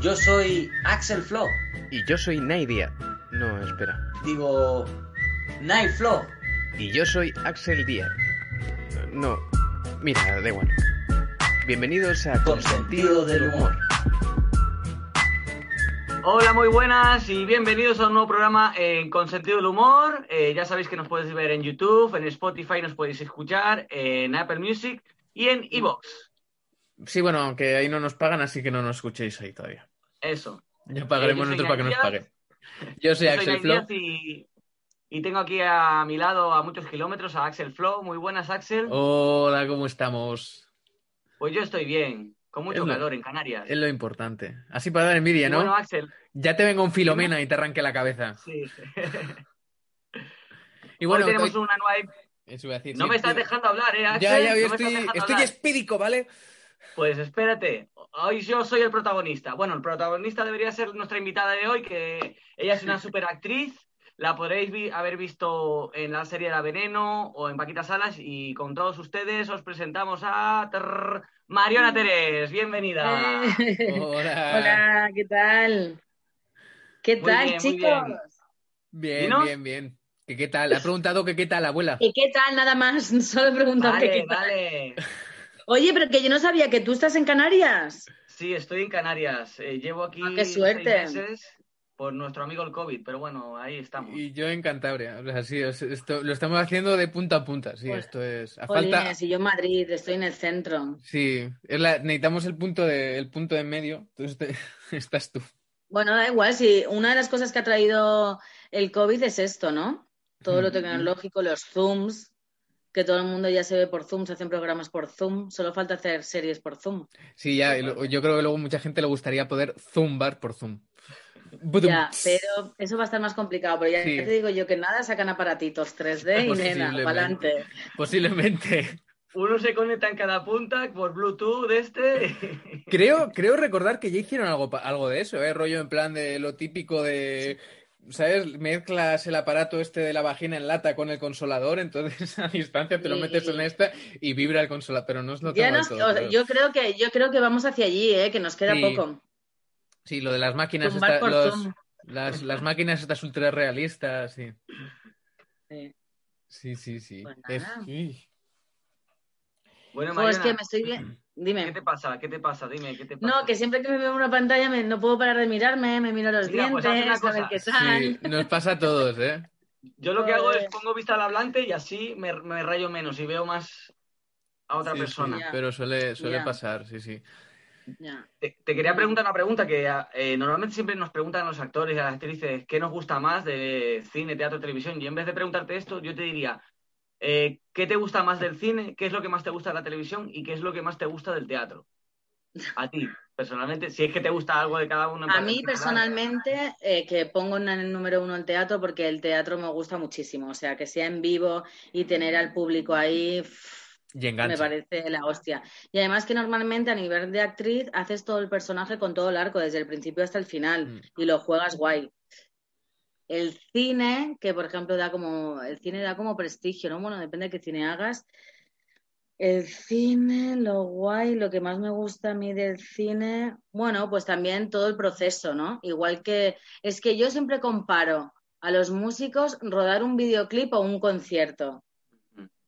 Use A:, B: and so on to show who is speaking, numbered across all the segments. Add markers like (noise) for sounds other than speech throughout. A: Yo soy Axel Flo.
B: Y yo soy Naidia. No, espera.
A: Digo, Night Flo.
B: Y yo soy Axel Díaz. No, mira, da igual. Bienvenidos a
A: Con sentido del humor.
C: Hola, muy buenas y bienvenidos a un nuevo programa en Con Sentido del Humor. Eh, ya sabéis que nos podéis ver en YouTube, en Spotify, nos podéis escuchar, en Apple Music y en Evox.
D: Sí, bueno, aunque ahí no nos pagan, así que no nos escuchéis ahí todavía.
C: Eso.
D: Ya pagaremos
C: Eh, yo soy
D: nosotros para que nos
C: Naidia.
D: paguen.
C: Yo
D: Yo soy
C: soy
D: Axel
C: Nate
D: Flo.
C: Díaz y, y tengo aquí a mi lado a muchos kilómetros a Axel Flow. Muy buenas, Axel.
D: Oh. Hola, ¿cómo estamos?
C: Pues yo estoy bien, con mucho
D: Es lo-
C: calor en Canarias.
D: Es lo importante. Así para dar envidia,
C: Y
D: ¿no?
C: Bueno, Axel,
D: Ya te vengo un Filomena y te arranque la cabeza.
C: sí.
D: Y bueno,
C: Hoy tenemos
D: estoy-
C: una nueva...
D: eso iba a decir,
C: No
D: sí,
C: me estás
D: sí.
C: dejando hablar, ¿eh, Axel?
D: Ya,
C: No
D: ya, yo
C: me estás
D: estoy,
C: dejando
D: estoy
C: hablar.
D: espídico, ¿vale?
C: Pues espérate, hoy yo soy el protagonista. Bueno, el protagonista debería ser nuestra invitada de hoy, que ella es una superactriz. La podréis vi- haber visto en la serie La Veneno o en Paquita Salas. Y con todos ustedes os presentamos a trrr, Mariona Terés.
E: Eh,
C: Bienvenida. (laughs)
D: Hola.
E: Hola, ¿qué tal? ¿Qué
C: Muy
E: tal,
C: bien, muy
E: chicos?
C: bien.
D: Bien,
C: ¿Dinos?
D: bien, bien. ¿Qué, ¿Qué tal? Ha preguntado que qué tal, abuela.
E: ¿Y qué tal? Nada más, (laughs) solo he preguntado que
C: Vale,
E: qué tal.
C: vale.
E: Oye, pero que yo no sabía que tú estás en Canarias.
C: Sí, estoy en Canarias. Eh, llevo aquí
E: Ah, qué suerte.
C: seis meses por nuestro amigo el COVID, pero bueno, ahí estamos.
D: Y yo en Cantabria. O sea, sí, es- esto, lo estamos haciendo de punta a punta. Sí,
E: Hola.
C: Pues,
D: esto es. A falta,
E: Jolines, y yo en Madrid, estoy en el centro.
D: Sí, es la- necesitamos el punto de, el punto de en medio. Entonces te- (laughs) estás tú.
E: Bueno, da igual, si una de las cosas que ha traído el COVID es esto, ¿no? Todo lo
D: Ujú.
E: tecnológico, los Zooms, que todo el mundo ya se ve por Zoom, se hacen programas por Zoom, solo falta hacer series por Zoom.
D: Sí, ya, y lo- yo creo que luego mucha gente le gustaría poder zumbar por Zoom. (laughs) Budum.
E: Ya, pero eso va a estar más complicado, pero ya
D: Sí.
E: te digo yo que nada, sacan aparatitos 3D y nena,
D: Posiblemente.
E: pa'lante.
D: Posiblemente.
C: Uno se conecta en cada punta por Bluetooth de este. (laughs)
D: Creo, creo recordar que ya hicieron algo, pa- algo de eso, ¿eh? Rollo en plan de lo típico de. ¿Sabes? Mezclas el aparato este de la vagina en lata con el consolador, entonces (laughs) a distancia te lo
E: Sí.
D: metes en esta y vibra el consolador, pero no es lo tengo
E: Ya
D: del
E: nos-
D: todo
E: o sea,
D: claro.
E: yo creo que yo creo que vamos hacia allí, ¿eh? que nos queda
D: Sí.
E: poco.
D: Sí, lo de las máquinas,
E: Zumbar
D: esta-
E: por
D: los-
E: Zoom.
D: las, las máquinas estas ultra realistas, sí.
E: Sí.
D: Sí, sí, sí.
E: Pues
D: Es-
E: nada.
D: uy.
C: Bueno,
E: Jo, es
C: Mariana,
E: que me estoy bien.
C: ¿qué
E: Dime.
C: te pasa? ¿Qué te pasa? Dime, ¿qué te pasa?
E: No, que siempre que me veo una pantalla me- no puedo parar de mirarme, me miro los
C: Mira, pues, haz una
E: dientes, a ver
C: cosa.
E: qué
D: Sí,
E: tal.
D: nos pasa a todos, ¿eh?
C: Yo lo que hago es
E: Joder.
C: pongo vista al hablante y así me, me rayo menos y veo más a (laughs) otra
D: Sí, sí,
C: persona.
E: Ya.
D: pero suele, suele
E: Ya.
D: pasar, sí, sí.
E: Ya.
C: Te, te quería preguntar una pregunta que eh, normalmente siempre nos preguntan los actores y a las actrices qué nos gusta más de cine, teatro, televisión. Y en vez de preguntarte esto, yo te diría, eh, ¿qué te gusta más del cine? ¿Qué es lo que más te gusta de la televisión? ¿Y qué es lo que más te gusta del teatro? A ti, personalmente, si es que te gusta algo de cada uno. en
E: A mí
C: particular.
E: personalmente, eh, que pongo en el número uno el teatro, porque el teatro me gusta muchísimo, o sea, que sea en vivo y tener al público ahí, pff,
D: Y
E: me
D: engancha.
E: parece la hostia. Y además que normalmente a nivel de actriz haces todo el personaje con todo el arco, desde el principio hasta el final.
D: Mm.
E: y lo juegas guay. El cine, que por ejemplo da como, el cine da como prestigio, ¿no? Bueno, depende de qué cine hagas. El cine, lo guay, lo que más me gusta a mí del cine, bueno, pues también todo el proceso, ¿no? Igual que, es que yo siempre comparo a los músicos rodar un videoclip o un concierto,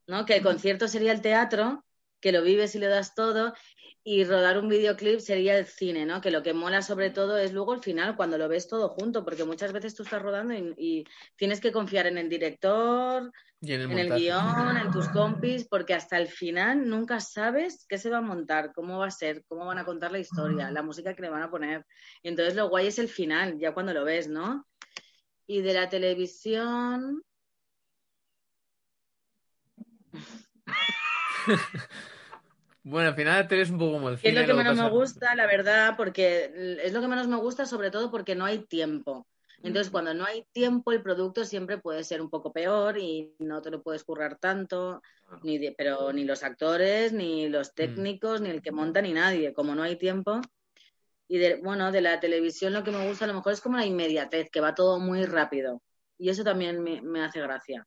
E: ¿no? Que el concierto sería el teatro, que lo vives y le das todo, y rodar un videoclip sería el cine, ¿no? Que lo que mola sobre todo es luego el final, cuando lo ves todo junto, porque muchas veces tú estás rodando y, y tienes que confiar en el director,
D: Y en el
E: en el
D: montaje.
E: guión, en tus compis, porque hasta el final nunca sabes qué se va a montar, cómo va a ser, cómo van a contar la historia, la música que le van a poner. Y entonces lo guay es el final, ya cuando lo ves, ¿no? Y de la televisión...
D: Bueno, al final eres un poco como el
E: Que
D: cine.
E: es lo que
D: luego
E: menos me
D: pasa-
E: gusta, la verdad, porque l- es lo que menos me gusta, sobre todo porque no hay tiempo. Entonces,
D: Mm.
E: cuando no hay tiempo, el producto siempre puede ser un poco peor y no te lo puedes currar tanto, ni de- pero ni los actores, ni
D: Mm.
E: los técnicos, ni el que monta, ni nadie, como no hay tiempo. Y de, bueno, de la televisión lo que me gusta a lo mejor es como la inmediatez, que va todo muy rápido. Y eso también me, me hace gracia.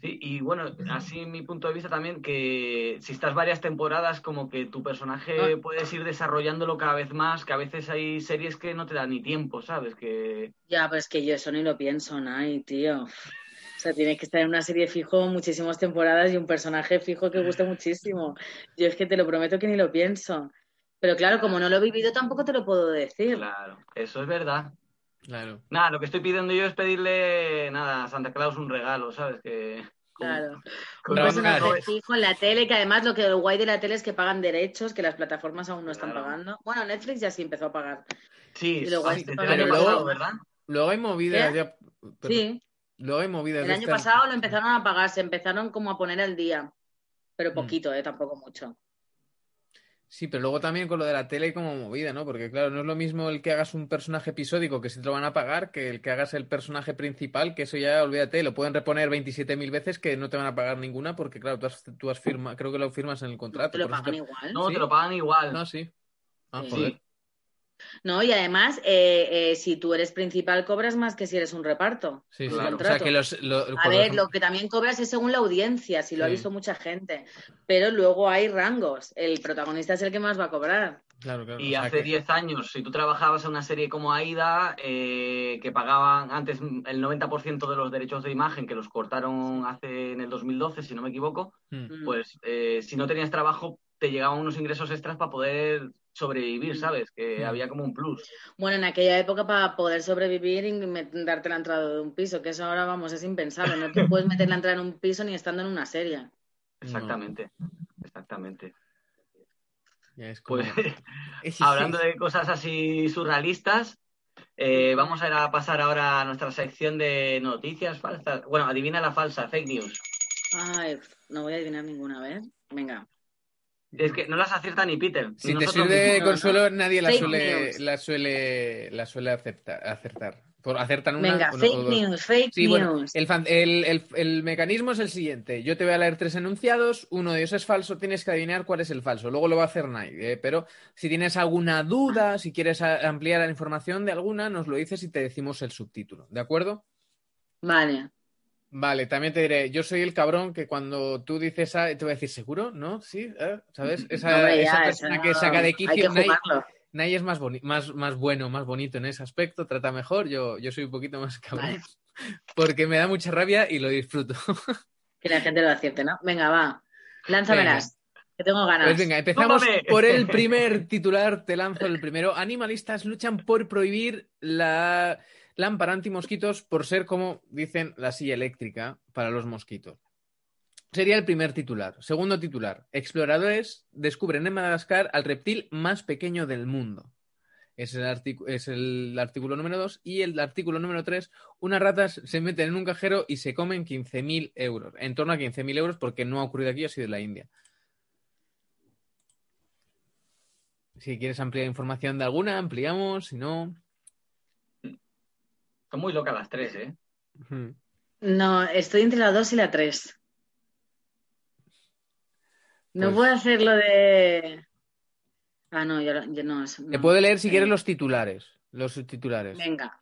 C: Sí, y bueno, así mi punto de vista también, que si estás varias temporadas, como que tu
E: Ah.
C: personaje puedes ir desarrollándolo cada vez más, que a veces hay series que no te dan ni tiempo, ¿sabes? Que
E: Ya, pero es que yo eso ni lo pienso, Nay, tío. O sea, tienes que estar en una serie fijo muchísimas temporadas y un personaje fijo que guste muchísimo. Yo es que te lo prometo que ni lo pienso. Pero claro, como no lo he vivido, tampoco te lo puedo decir.
C: claro, eso es verdad.
D: Claro.
C: Nada, lo que estoy pidiendo yo es pedirle, nada, a Santa Claus un regalo, ¿sabes? Que...
E: Claro. Un
C: con-
D: Trabajar.
E: personaje fijo en la tele, que además lo que lo guay de la tele es que pagan derechos, que las plataformas aún no están
C: Claro.
E: pagando. Bueno, Netflix ya sí empezó a pagar.
C: Sí,
E: Y luego
C: sí,
E: este
C: te- te
E: programa
C: lo he
D: luego-
C: pasado, ¿verdad?
D: Luego hay movidas
E: ¿Eh?
D: ya. pero-
E: Sí,
D: Luego hay movidas
E: el
D: de
E: año
D: estas-
E: pasado lo empezaron a pagar, se empezaron como a poner al día.
D: Mm.
E: Pero poquito, eh, tampoco mucho.
D: Sí, pero luego también con lo de la tele como movida, ¿no? Porque claro, no es lo mismo el que hagas un personaje episódico que si te lo van a pagar que el que hagas el personaje principal, que eso ya, olvídate, lo pueden reponer 27.000 veces que no te van a pagar ninguna porque claro, tú has, tú has firma, creo que lo firmas en el
E: No,
D: contrato.
E: te lo
D: Ah, por eso
E: pagan igual.
C: No,
D: Sí.
C: te lo pagan igual.
D: No, sí. Ah,
E: Sí.
D: joder.
C: Sí.
E: No, y además, eh, eh, si tú eres principal, cobras más que si eres un reparto.
D: Sí, sí.
C: Claro.
D: O sea, que los... lo- por
E: A ver,
D: ejemplo-
E: lo que también cobras es según la audiencia, si lo ha
D: Sí.
E: visto mucha gente. Pero luego hay rangos. El protagonista es el que más va a cobrar.
D: Claro, claro. o
C: Y
D: sea
C: hace
D: que-
C: 10 años, si tú trabajabas en una serie como Aida, eh, que pagaban antes el 90% de los derechos de imagen, que los cortaron hace en el 2012, si no me equivoco,
D: Mm.
E: Mm.
C: pues eh, si no tenías trabajo, te llegaban unos ingresos extras para poder sobrevivir,
E: Mm.
C: ¿sabes? Que
D: Mm.
C: había como un plus.
E: Bueno, en aquella época para poder sobrevivir y me- darte la entrada de un piso, que eso ahora, vamos, es impensable. No
D: (laughs)
E: te puedes meter la entrada en un piso ni estando en una serie.
D: Mm.
C: Exactamente. Exactamente.
D: Ya es
C: Pues
D: como-
C: (laughs) hablando de cosas así surrealistas, eh, vamos a ir a pasar ahora a nuestra sección de noticias falsas. Bueno, adivina la falsa, fake news.
E: Ay, no voy a adivinar ninguna vez. Venga.
C: Es que no las acierta ni Peter. ni
D: Si te
C: nosotros
D: sirve de
C: mismos.
D: consuelo, nadie la
E: Fake
D: suele,
E: news.
D: la suele, la suele acepta- acertar. Por, acertan una
E: Venga,
D: o no- o
E: fake
D: dos.
E: news, fake
D: Sí, bueno,
E: news.
D: el, fan- el- el- el mecanismo es el siguiente. Yo te voy a leer tres enunciados, uno de ellos es falso, tienes que adivinar cuál es el falso. Luego lo va a hacer Nai, eh, pero si tienes alguna duda, si quieres a- ampliar la información de alguna, nos lo dices y te decimos el subtítulo, ¿de acuerdo?
E: Vale.
D: Vale, también te diré, yo soy el cabrón que cuando tú dices, ah, te voy a decir, ¿seguro? ¿No? ¿Sí? ¿Eh?
E: (laughs)
D: ¿Sabes? Esa,
E: No, hombre, ya,
D: esa
E: eso
D: persona que
E: no-
D: saca de
E: Hay que
D: quicio, Nai,
E: jugarlo.
D: Nay es más, boni- más, más bueno, más bonito en ese aspecto, trata mejor. Yo, yo soy un poquito más (laughs) cabrón.
E: Vale.
D: Porque me da mucha rabia y lo disfruto.
E: Que la gente lo acierte, ¿no? Venga, va. Lánzamelas. Que tengo ganas.
D: Pues venga, empezamos
C: ¡Túmbame!
D: por el primer titular. Te lanzo el primero. Animalistas luchan por prohibir la lámpara antimosquitos por ser, como dicen, la silla eléctrica para los mosquitos. Sería el primer titular. Segundo titular. Exploradores descubren en Madagascar al reptil más pequeño del mundo. Es el, artic- es el artículo número 2. Y el artículo número 3. Unas ratas se meten en un cajero y se comen 15.000 euros. En torno a 15.000 euros porque no ha ocurrido aquí, ha sido en la India. Si quieres ampliar información de alguna, ampliamos. Si no.
C: Son muy locas las tres, ¿eh?
D: ujú.
E: No, estoy entre la 2 y la 3. No
D: Pues-
E: puedo hacer lo de. Ah, no, yo, yo no. eso
D: Te
E: no.
D: puedo leer si quieres
E: Eh,
D: los titulares. Los subtitulares.
E: Venga.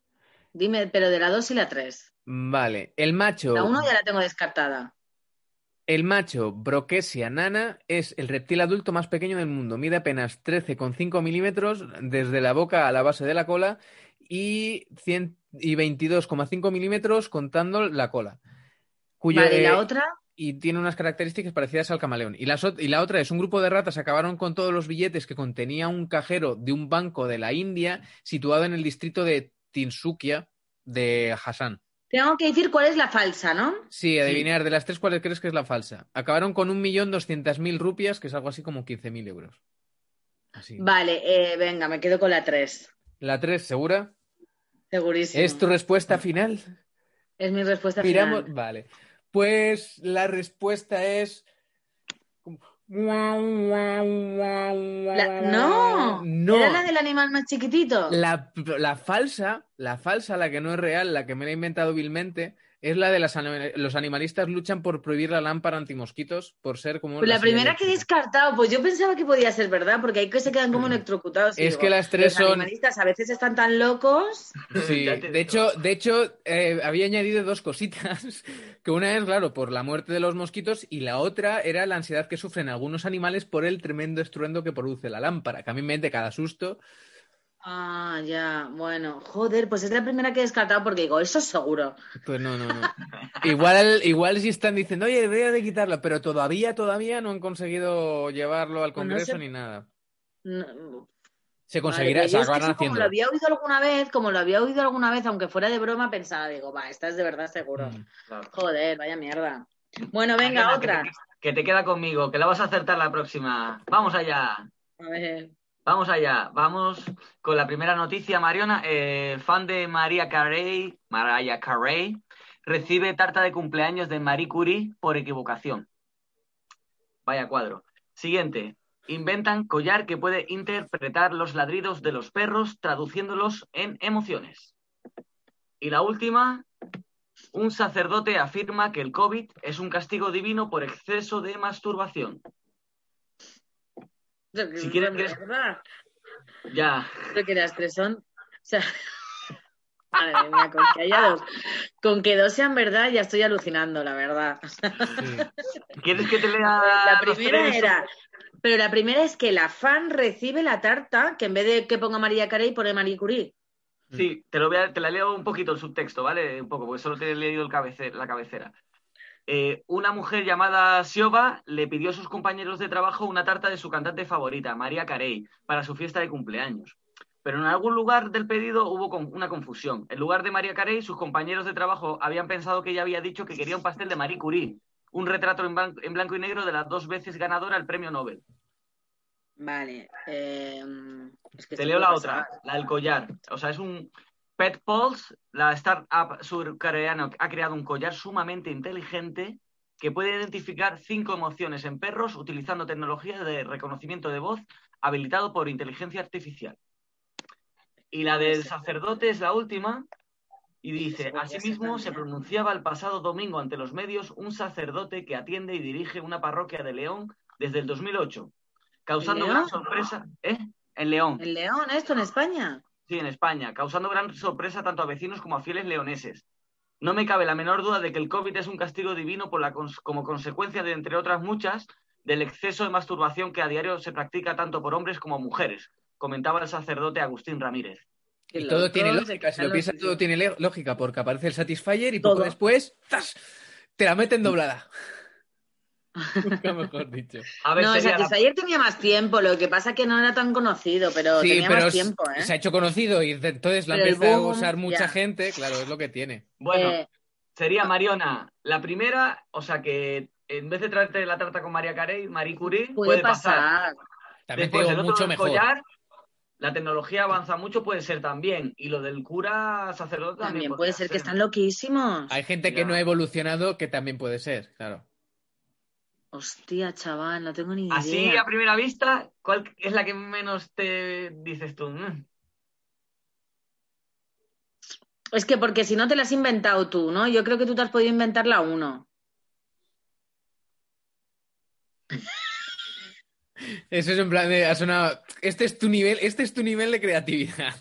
E: Dime, pero de la 2 y la 3.
D: Vale. El macho.
E: La 1 ya la tengo descartada.
D: El macho Broquesia nana es el reptil adulto más pequeño del mundo. Mide apenas 13,5 milímetros desde la boca a la base de la cola y, 100 y 22,5 milímetros contando la cola. Cuyo,
E: Vale, ¿y
D: eh,
E: la otra?
D: y tiene unas características parecidas al camaleón. Y, las ot- y la otra es un grupo de ratas acabaron con todos los billetes que contenía un cajero de un banco de la India situado en el distrito de Tinsukia de Hassan.
E: Tengo que decir cuál es la falsa, ¿no?
D: Sí, adivinar de las tres cuáles crees que es la falsa. Acabaron con 1.200.000 rupias, que es algo así como 15.000 euros. Así.
E: Vale, eh, venga, me quedo con la 3.
D: La tres, ¿segura?
E: Segurísimo.
D: ¿Es tu respuesta final?
E: Es mi respuesta
D: Miramos,
E: final.
D: vale. Pues la respuesta es.
E: La- No,
D: no.
E: ¿Era la del animal más chiquitito?
D: La, la falsa, la falsa, la que no es real, la que me la he inventado vilmente, es la de las anima- los animalistas luchan por prohibir la lámpara antimosquitos por ser como.
E: Pues la
D: silla
E: primera que he
D: eléctrica.
E: descartado, pues yo pensaba que podía ser verdad, porque hay que se quedan como
D: Mm.
E: electrocutados. y
D: Es
E: digo,
D: que las tres
E: los
D: son-
E: animalistas a veces están tan locos.
C: (laughs)
D: Sí,
C: Ya te
D: de
C: digo.
D: hecho, de hecho eh, había añadido dos cositas, (laughs) que una es, claro, por la muerte de los mosquitos y la otra era la ansiedad que sufren algunos animales por el tremendo estruendo que produce la lámpara, que a mí me mete cada susto.
E: Ah, ya, bueno, joder, pues es la primera que he descartado porque digo, eso es seguro.
D: Pues no, no,
C: (laughs)
D: no. Igual, igual si están diciendo, oye, debería de quitarla, pero todavía, todavía no han conseguido llevarlo al
E: Pues no
D: Congreso
E: sé.
D: ni nada.
E: No,
D: Se
E: vale,
D: conseguirá,
E: pero
D: se
E: yo es que
D: acabarán
E: eso como lo
D: haciendo.
E: había oído alguna vez, como lo había oído alguna vez, aunque fuera de broma, pensaba, digo, va, esta es de verdad seguro.
D: Mm.
C: Claro.
E: Joder, vaya mierda. Bueno, venga,
C: Ariana,
E: otra.
C: Que te, que te queda conmigo, que la vas a acertar la próxima. Vamos allá.
E: A ver.
C: Vamos allá, vamos con la primera noticia, Mariona. Eh, fan de María Carey, Mariah Carey, recibe tarta de cumpleaños de Marie Curie por equivocación. Vaya cuadro. Siguiente. Inventan collar que puede interpretar los ladridos de los perros traduciéndolos en emociones. Y la última, un sacerdote afirma que el COVID es un castigo divino por exceso de masturbación. Si quieres-
E: De verdad.
C: Ya.
E: Creo que las tres son. O sea. (laughs) Madre mía, con que haya dos. Con que dos sean verdad, ya estoy alucinando, la verdad.
D: Mm, Sí.
C: ¿Quieres que te lea
E: La
C: los
E: primera
C: tres?
E: era. Pero la primera es que la fan recibe la tarta, que en vez de que ponga María Carey, pone Marie Curie.
C: Sí, te, lo voy a- te la leo un poquito el subtexto, ¿vale? Un poco, porque solo te he leído el cabece- la cabecera. Eh, una mujer llamada Sioba le pidió a sus compañeros de trabajo una tarta de su cantante favorita, María Carey, para su fiesta de cumpleaños. Pero en algún lugar del pedido hubo con- una confusión. En lugar de María Carey, sus compañeros de trabajo habían pensado que ella había dicho que quería un pastel de Marie Curie, un retrato en, ban- en blanco y negro de las dos veces ganadora del premio Nobel.
E: Vale. eh, es que
C: Te
E: estoy
C: leo la
E: muy
C: otra,
E: pasada.
C: la del collar. O sea, es un Pet Pulse, la startup surcoreana que ha creado un collar sumamente inteligente que puede identificar cinco emociones en perros utilizando tecnología de reconocimiento de voz habilitado por inteligencia artificial. Y la del sacerdote es la última y dice, asimismo se pronunciaba el pasado domingo ante los medios un sacerdote que atiende y dirige una parroquia de León desde el 2008, causando
E: ¿En
C: gran
E: León?
C: sorpresa, ¿eh? En León.
E: ¿En León, esto en España?
C: Sí, en España, causando gran sorpresa tanto a vecinos como a fieles leoneses. No me cabe la menor duda de que el COVID es un castigo divino por la cons- como consecuencia de, entre otras muchas, del exceso de masturbación que a diario se practica tanto por hombres como mujeres, comentaba el sacerdote Agustín Ramírez.
E: Que
D: Y
E: los
D: todo tiene
E: dos
D: lógica, si
E: están
D: lo
E: los
D: piensas, todo
E: mismos.
D: tiene le- lógica, porque aparece el Satisfyer y
E: Todo.
D: poco después, ¡zas! Te la meten doblada. Nunca mejor
E: (laughs)
D: dicho.
C: A ver,
E: No,
C: sería la-
E: Satisfyer tenía más tiempo, lo que pasa que no era tan conocido, pero
D: sí,
E: tenía
D: pero
E: más
D: es-
E: tiempo, ¿eh?
D: se ha hecho conocido y de- entonces la
E: Pero el
D: empieza a
E: boom,
D: usar mucha
E: ya.
D: gente, claro, es lo que tiene.
C: bueno,
E: Eh,
C: sería Mariona la primera, o sea que en vez de traerte la tarta con María Carey, Marie Curie
E: puede, pasar.
D: También
C: Después,
D: te
C: el
D: digo,
C: otro
D: mucho
C: del
D: mejor.
C: collar, la tecnología avanza mucho, puede ser también. Y lo del cura sacerdote también,
E: También puede
C: podría
E: ser que están loquísimos.
D: Hay gente que
C: Ya.
D: no ha evolucionado que también puede ser, claro.
E: Hostia, chaval, no tengo ni idea.
C: Así a primera vista, ¿cuál es la que menos te dices tú? Mm.
E: Es que porque si no te la has inventado tú, ¿no? Yo creo que tú te has podido inventar la uno.
D: Eso es en plan de, ha sonado, este es tu nivel, este es tu nivel de creatividad.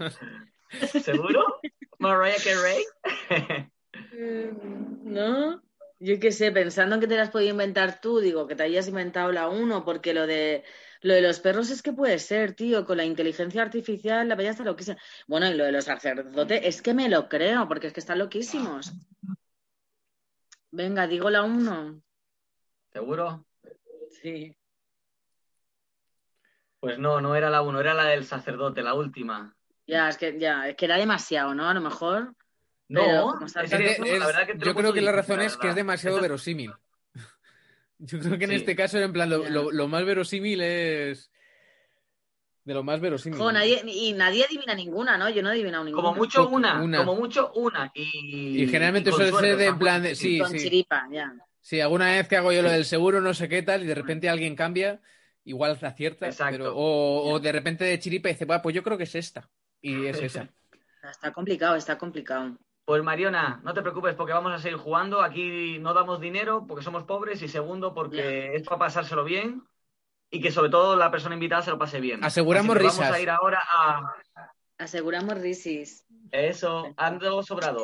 C: ¿Seguro?
E: (laughs)
C: Mariah Carey. (laughs)
E: ¿No? Yo qué sé, pensando en que te la has podido inventar tú, digo que te hayas inventado la uno, porque lo de lo de los perros es que puede ser, tío, con la inteligencia artificial, la bella está loquísima. Bueno, y lo de los sacerdotes, es que me lo creo, porque es que están loquísimos. Venga, digo la uno.
C: ¿Seguro?
E: Sí.
C: Pues no, no era la uno, era la del sacerdote, la última.
E: Ya, es que ya, es que era demasiado, ¿no? A lo mejor.
C: No,
E: Pero como
C: es
E: sacerdote-
C: que
D: Es
C: eso,
D: de-
C: la
D: es-
C: verdad que te
D: yo
C: lo
D: creo
C: puedo
D: que la
C: decir,
D: razón es que
C: verdad.
D: es demasiado
C: Esto-
D: verosímil. (laughs) Yo creo que en
C: Sí.
D: este caso, en plan, lo,
E: Ya.
D: lo- lo más verosímil es. De lo más verosímil.
E: Jo, nadie, y nadie adivina ninguna, ¿no? Yo no he adivinado ninguna.
C: Como mucho
D: Poco,
C: una,
D: una.
C: como mucho una. Y,
D: Y generalmente
C: con
D: suele
C: suerte,
D: ser de en
C: tampoco-
D: plan de- sí,
E: Con
D: sí.
E: chiripa, ya.
D: Si alguna vez que hago yo
C: (laughs)
D: lo del seguro, no sé qué tal, y de repente alguien cambia, igual se acierta.
C: Exacto.
D: Pero, o, o
C: (laughs)
D: de repente de chiripa dice, "Buah, pues yo creo que es esta. Y es esa.
E: Está complicado, está complicado.
C: Pues Mariona, no te preocupes porque vamos a seguir jugando. Aquí no damos dinero porque somos pobres y segundo porque es para pasárselo bien y que sobre todo la persona invitada se lo pase bien.
D: Aseguramos
C: Así que Vamos
D: risas.
C: a ir ahora a
E: Aseguramos risis.
C: eso, ando sobrado.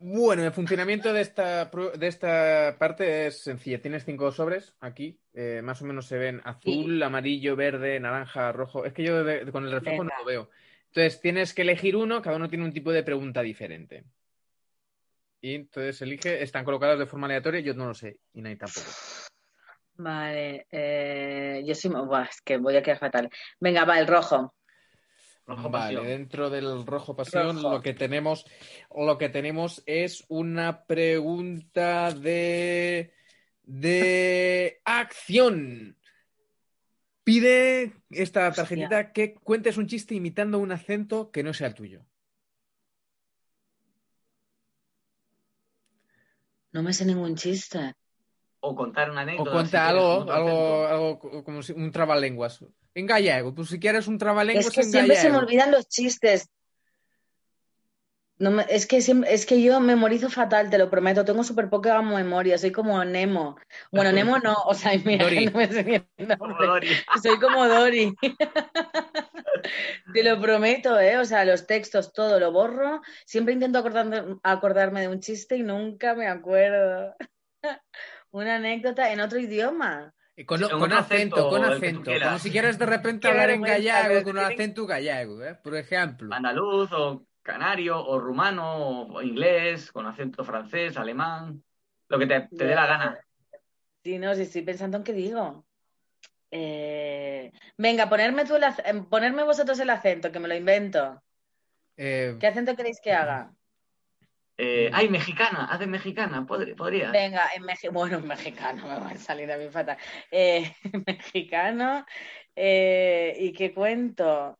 D: Bueno, el funcionamiento de esta, pru- de esta parte es sencilla. Tienes cinco sobres aquí. eh, más o menos se ven azul, amarillo, verde, naranja, rojo. Es que yo de- de- con el reflejo no lo veo. Entonces tienes que elegir uno. Cada uno tiene un tipo de pregunta diferente. Y entonces elige. Están colocados de forma aleatoria. Yo no lo sé. Y nadie tampoco.
E: Vale, eh, yo soy... Buah, es que voy a quedar fatal. Venga, va, el rojo.
C: Rojo
D: vale,
C: pasión.
D: dentro del rojo pasión
E: Rojo.
D: lo que tenemos lo que tenemos es una pregunta de de acción. Pide esta
E: Hostia.
D: tarjetita que cuentes un chiste imitando un acento que no sea el tuyo.
E: No me sé ningún chiste.
C: O contar una
D: O
C: anécdota. si
D: cuenta
C: quieres,
D: algo,
C: como tú
D: algo,
C: haces.
D: algo co- como si- un trabalenguas. En gallego, pues si quieres un trabalenguas
E: Es que
D: en
E: siempre se me
D: gallego.
E: olvidan los chistes. No me- es, que siempre- es que yo memorizo fatal, te lo prometo. Tengo súper poca memoria. Soy como Nemo. Bueno, Nemo no. O sea, (laughs) mira,
D: Dory.
E: no me sé ni el
C: Como
E: nombre.
C: Dory.
E: Soy como Dory. Te lo prometo, ¿eh? O sea, los textos, todo lo borro. Siempre intento acordando- acordarme de un chiste y nunca me acuerdo. Una anécdota en otro idioma.
D: Con,
C: Sí,
D: con
C: un acento,
D: acento, con
C: el que tú
D: acento.
C: quieras.
D: Como si quieres de repente
E: Qué
D: hablar en
E: vergüenza,
D: gallego,
E: pero
D: con un
E: tienen-
D: acento gallego, ¿eh? por ejemplo.
C: Andaluz o canario o rumano o inglés con acento francés, alemán, lo que te, te dé la gana.
E: Sí, no, sí, estoy pensando en qué digo. Eh, venga, ponerme tú el ac- em, ponerme vosotros el acento, que me lo invento.
D: Eh,
E: ¿Qué acento queréis que haga?
C: Eh, ay, mexicana, haz de mexicana, podr- podría.
E: Venga, en México, bueno, en mexicano, (laughs) me va a salir a mí fatal. Eh, (laughs) mexicano, eh, ¿y qué cuento?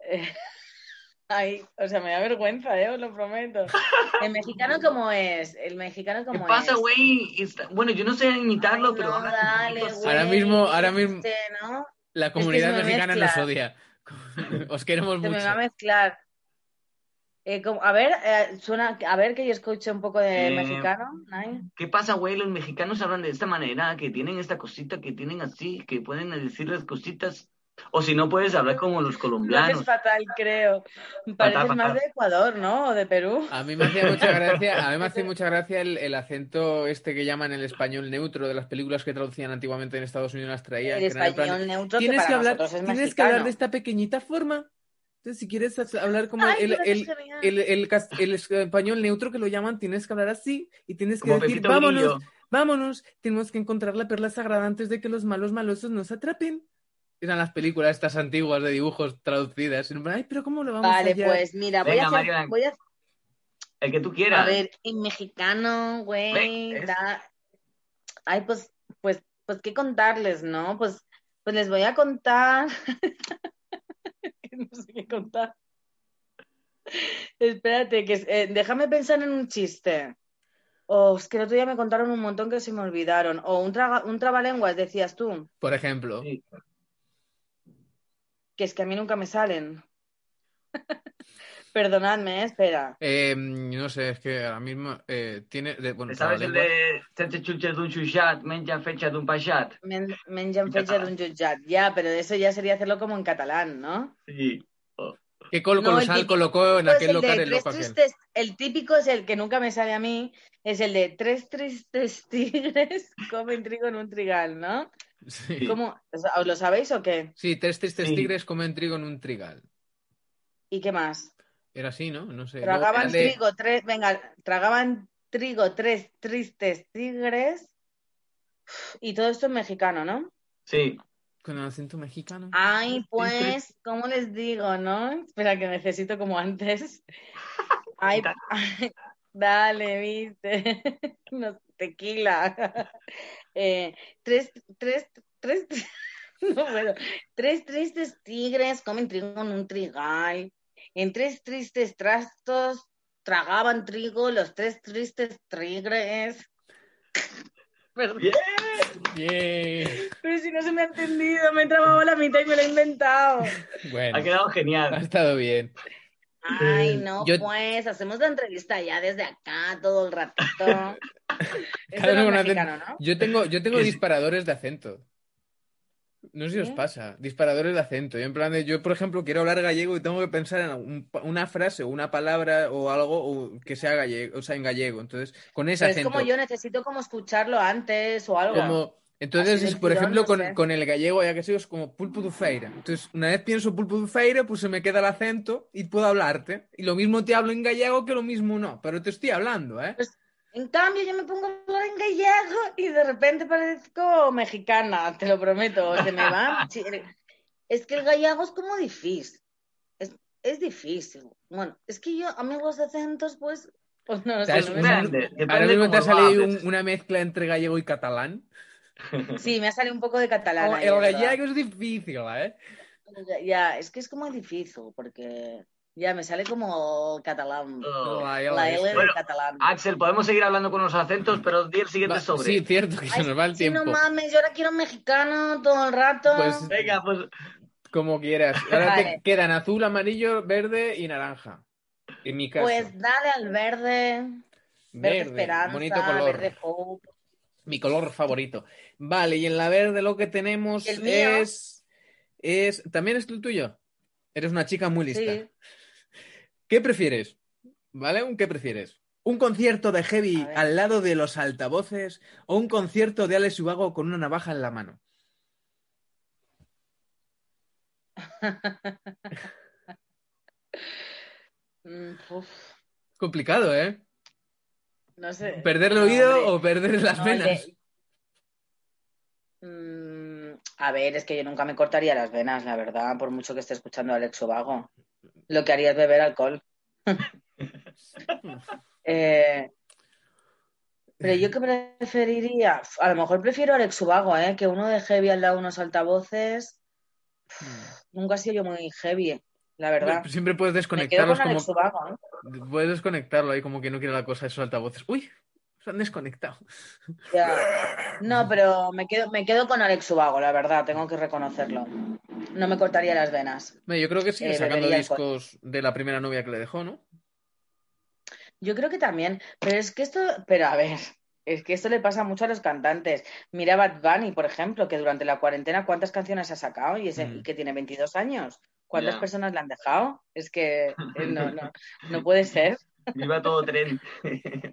E: Eh, (laughs) ay, o sea, me da vergüenza, eh, os lo prometo. ¿El mexicano cómo es? ¿El mexicano
C: ¿Qué
E: cómo
C: pasa,
E: es?
C: güey? Está- Bueno, yo no sé imitarlo,
E: Ay,
C: pero
E: no,
C: ahora.
E: dale, güey,
D: Ahora mismo- ahora mismo-
E: este, ¿no?
D: la
E: que
D: comunidad
E: se me
D: mexicana
E: mezcla.
D: nos odia. (laughs) Os queremos
E: Se me va a
D: mucho.
E: mezclar. Eh, como- a ver, eh, suena, a ver que yo escuche un poco de
C: Eh,
E: mexicano. Nay.
C: ¿Qué pasa, güey? Los mexicanos hablan de esta manera, que tienen esta cosita, que tienen así, que pueden decir las cositas. O si no puedes hablar como los
E: Lo haces
C: colombianos.
E: fatal, creo. Pareces más
C: fatal.
E: de Ecuador, ¿no? O de Perú.
D: A mí me hacía mucha gracia, a mí me
E: (laughs)
D: hacía mucha gracia el, el acento este que llaman el español neutro de las películas que traducían antiguamente en Estados Unidos las traían.
E: El
D: que eran en plan,
E: español neutro que
D: tienes
E: para
D: que hablar,
E: nosotros es
D: tienes que
E: mexicano.
D: hablar de este esta pequeñita forma. Entonces, si quieres ha- hablar como
E: Ay,
D: el,
E: pero
D: el-
E: es genial.
D: el- el cas- el español neutro que lo llaman, tienes que hablar así y tienes que
C: Como
D: decir,
C: Pepito
D: vámonos,
C: Grillo.
D: vámonos, tenemos que encontrar la perla sagrada antes de que los malos malosos nos atrapen. Eran las películas estas antiguas de dibujos traducidas. Y en plan, Ay, pero ¿cómo lo vamos a
E: Vale,
D: hallar?".
E: pues mira, voy
C: Venga,
E: a hacer,
C: Mariana.
E: voy a,
C: El que tú
E: a
C: quieras.
E: ver, en mexicano, güey,
C: Ve, es-
E: da- Ay, pues, pues, pues, ¿qué contarles, no? Pues, pues les voy a contar. (laughs) no sé qué contar. Espérate, que es- eh, déjame pensar en un chiste. O es que el otro día me contaron un montón que se me olvidaron. O un, traga- un trabalenguas, decías tú,
D: Por ejemplo.
C: Sí.
E: que es que a mí nunca me salen. Perdonadme, eh, espera.
D: Eh, no sé, es que ahora mismo eh, tiene. de- bueno,
C: ¿Te ¿Sabes el
D: trabalenguas.
C: de Sete Chulches de un Chuchat, Mencha Fecha de un Pachat?
E: Men, menjan
C: En
E: fecha de
C: catalán.
E: un jutjat. Ya, pero eso ya sería hacerlo como en catalán, ¿no?
C: Sí.
D: Que Col
E: No, el
D: Colosal
E: típico
D: colocó en
E: Pues
D: aquel
E: el de
D: local el
E: tres
D: loco aquel.
E: tristes- el típico es el que nunca me sale a mí, es el de tres tristes (laughs) tigres comen trigo en un trigal, ¿no?
D: (laughs) Sí.
E: ¿Cómo? O sea, ¿Os lo sabéis o qué?
D: Sí, tres tristes
C: Sí.
D: tigres comen trigo en un trigal.
E: ¿Y qué más?
D: Era así, ¿no? No sé. Luego
E: Tragaban
D: el de-
E: trigo, tres, venga, tragaban trigo tres tristes tigres. Y todo esto es mexicano, ¿no?
C: Sí.
D: Con el acento mexicano.
E: Ay, pues, ¿cómo les digo, no? Espera, que necesito como antes. Ay,
C: Da-
E: ay, (laughs) dale, viste. (laughs) No, tequila. (laughs) Eh, tres, tres, tres, (laughs) no puedo. Tres tristes tigres comen trigo en un trigal. En tres tristes trastos tragaban trigo los tres tristes tigres. Perdón.
C: Bien.
D: Yay.
E: Pero si no se me ha entendido, me he trabado la mitad y me lo he inventado.
D: Bueno,
C: Ha quedado
D: ha
C: genial.
D: estado bien.
E: Ay, no,
D: Yo-
E: pues hacemos la entrevista ya desde acá todo
D: (laughs)
E: el ratito. Eso
D: Cada
E: no es
D: uno hace-
E: mexicano, ¿no?
D: Yo tengo, yo tengo
B: Es-
D: disparadores de acento. No sé si os
E: ¿Eh?
D: pasa, disparadores de acento. Yo, en plan de- yo, por ejemplo, quiero hablar gallego y tengo que pensar en un- una frase o una palabra o algo o que sea gallego, o sea, en gallego. Entonces, con ese
E: Pero es
D: acento.
E: como yo necesito como escucharlo antes o algo.
D: Como- entonces,
E: Así del
D: es, por
E: tirón,
D: ejemplo,
E: no
D: con,
E: sé.
D: con el gallego, ya que soy, es como pulpo de feira. Entonces, una vez pienso pulpo de feira, pues se me queda el acento y puedo hablarte. Y lo mismo te hablo en gallego que lo mismo no, pero te estoy hablando, ¿eh?
E: En cambio, yo me pongo a hablar en gallego y de repente parezco mexicana, te lo prometo. Se me va.
D: (laughs)
E: Sí, el- Es que el gallego es como difícil. Es, es difícil. Bueno, es que yo, amigos de acentos, pues, (laughs) pues no lo sé.
D: ¿Sabes?
E: no me sale.
C: Depende, depende
D: Ahora mismo
C: cómo
D: te ha
C: lo
D: salido
C: hables.
D: un- una mezcla entre gallego y catalán.
E: Sí, me ha salido un poco de catalán. ahí,
D: Oh, el
E: es verdad.
D: gallego es difícil, ¿eh?
E: Ya, es que es como difícil, porque ya me sale como catalán.
C: Oh.
D: Ay,
E: La
D: ay,
E: L
D: esto-
E: de
C: Bueno,
D: ah,
E: catalán.
C: Axel, podemos seguir hablando con los acentos, pero di el siguiente
D: Va-
C: sobre.
D: Sí, cierto, que se
E: Ay,
D: nos va el
E: sí, no
D: tiempo.
E: mames, yo ahora quiero mexicano todo el rato.
D: Pues
C: Venga, pues
D: como quieras. Ahora te
E: Vale.
D: quedan azul, amarillo, verde y naranja. En mi caso,
E: Pues dale al verde, verde,
D: verde,
E: esperanza,
D: bonito color.
E: verde hope.
D: Mi color favorito. Vale, y en la verde lo que tenemos
E: ¿Y el mío?
D: es. es. ¿También es el tuyo? Eres una chica muy lista.
E: Sí.
D: ¿Qué prefieres? ¿Vale? ¿Un qué prefieres? ¿Un concierto de heavy
E: A ver.
D: al lado de los altavoces o un concierto de Alex Ubago con una navaja en la mano?
E: Mm, uf,
D: Complicado, ¿eh?
E: no sé.
D: ¿Perder el
E: No,
D: oído
E: hombre,
D: o perder las
E: no, el de-
D: venas?
E: Mm, a ver, es que yo nunca me cortaría las venas, la verdad, por mucho que esté escuchando a Alex Vago. Lo que haría es
D: (laughs)
E: beber alcohol. Eh, pero yo que preferiría, a lo mejor prefiero Alex Ubago, ¿eh? que uno de heavy al lado de unos altavoces.
D: Mm.
E: Nunca he sido yo muy heavy, la verdad.
D: pues Siempre puedes
E: Me quedo
D: desconectarlos
E: con Alex
D: como.
E: Ubago, ¿eh?
D: Puedes desconectarlo ahí como que no quiere la cosa de esos altavoces. ¡Uy! Se han desconectado.
E: Ya. No, pero me quedo, me quedo con Alex Ubago, la verdad, tengo que reconocerlo. No me cortaría las venas.
D: Mira, Yo creo que sigue
E: Eh,
D: sacando
E: bebería alcohol.
D: discos de la primera novia que le dejó, ¿no?
E: Yo creo que también, pero es que esto, pero a ver, es que esto le pasa mucho a los cantantes. Mira Bad Bunny, por ejemplo, que durante la cuarentena, ¿cuántas canciones ha sacado? Y, ese-
D: Mm.
E: y que tiene 22 años. ¿Cuántas
C: Ya.
E: personas le han dejado? Es que eh, no,
D: (laughs)
E: no, no puede ser.
C: viva todo tren.
D: Ah.